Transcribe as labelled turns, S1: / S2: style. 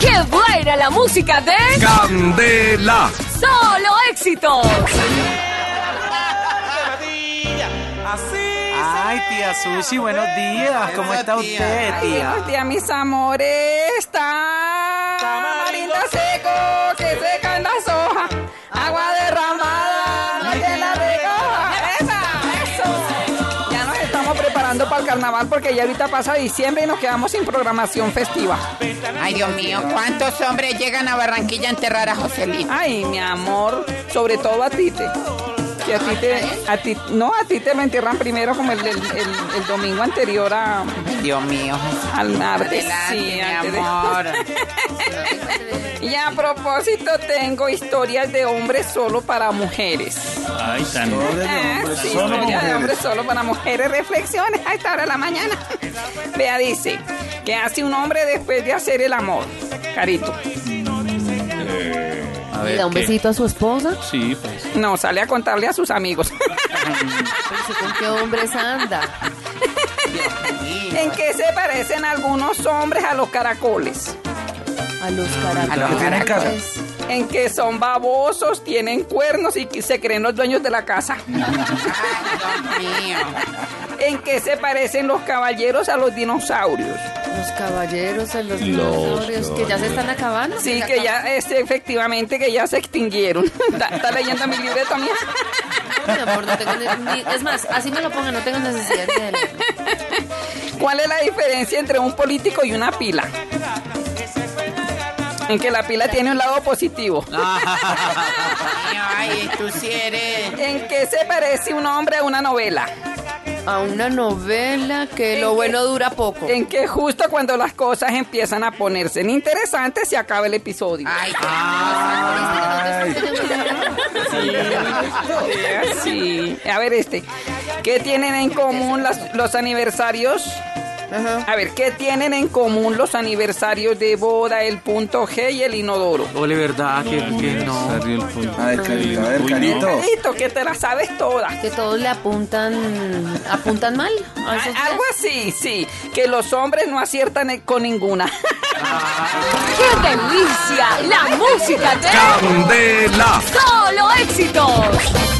S1: ¡Qué buena la música de
S2: Candela.
S1: Solo Éxitos!
S3: Ay, tía Susi, buenos días. ¿Cómo está usted, tía?
S4: Ay, a mis amores está tamarindo seco que seca en las hojas, agua derramada, no que la recoja. Esa, eso. Ya nos estamos preparando para el carnaval porque ya ahorita pasa diciembre y nos quedamos sin programación festiva.
S5: Ay, Dios mío, ¿cuántos hombres llegan a Barranquilla a enterrar a Joselito?
S4: Ay, mi amor, sobre todo a ti te. Que a ti te, a ti, no, a ti te lo entierran primero como el, el, el- el domingo anterior a,
S5: Ay, Dios mío.
S4: al martes.
S5: Adelante,
S4: Sí,
S5: mi
S4: antes de-
S5: amor.
S4: Y a propósito, tengo historias de hombres solo para mujeres.
S6: Ay, tan.
S4: Ah, sí,
S6: solo
S4: historias de
S6: mujeres.
S4: hombres solo para mujeres. Reflexiones a esta hora de la mañana. Vea, dice, ¿qué hace un hombre después de hacer el amor? Carito.
S6: A
S1: ¿Le da un
S6: ¿qué?
S1: besito a su esposa?
S6: Sí, pues.
S4: No, sale a contarle a sus amigos.
S1: Pero sé con qué hombres anda.
S4: ¿En qué se parecen algunos hombres a los caracoles?
S1: A los caracoles.
S5: A los que tienen
S1: caracoles.
S4: En que son babosos, tienen cuernos y que se creen los dueños de la casa.
S5: Ay, Dios mío.
S4: ¿En qué se parecen los caballeros a los dinosaurios?
S1: Los caballeros, a
S6: Los
S1: los dinosaurios, que ya se están acabando.
S4: Sí, que ya, este, efectivamente, que ya se extinguieron. Está está leyendo mi libreto mía.
S1: No, mi amor, no tengo ni- ni- Es más, así me lo pongan, no tengo necesidad de leerlo.
S4: ¿Cuál es la diferencia entre un político y una pila? En que la pila tiene un lado positivo.
S5: Mío, Ay, tú sí eres.
S4: ¿En qué se parece un hombre a una novela?
S1: A una novela que lo bueno dura poco.
S4: En que justo cuando las cosas empiezan a ponerse en interesantes se acaba el episodio.
S5: Ay,
S4: Sí. A ver este. ¿Qué tienen en común las- los aniversarios? A ver, ¿qué tienen en común los aniversarios de boda, el punto G y el inodoro?
S3: Ole, ¿verdad? Que que no.
S6: Salió el punto.
S2: A ver, Carito, a ver,
S6: Uy, no.
S2: Carito.
S4: Listo, que te las sabes todas.
S1: Que todos le apuntan, apuntan mal. A esos días.
S4: Algo así, sí. Que los hombres no aciertan eh, con ninguna.
S1: ¡Qué delicia! La música de
S2: Candela.
S1: Solo Éxitos.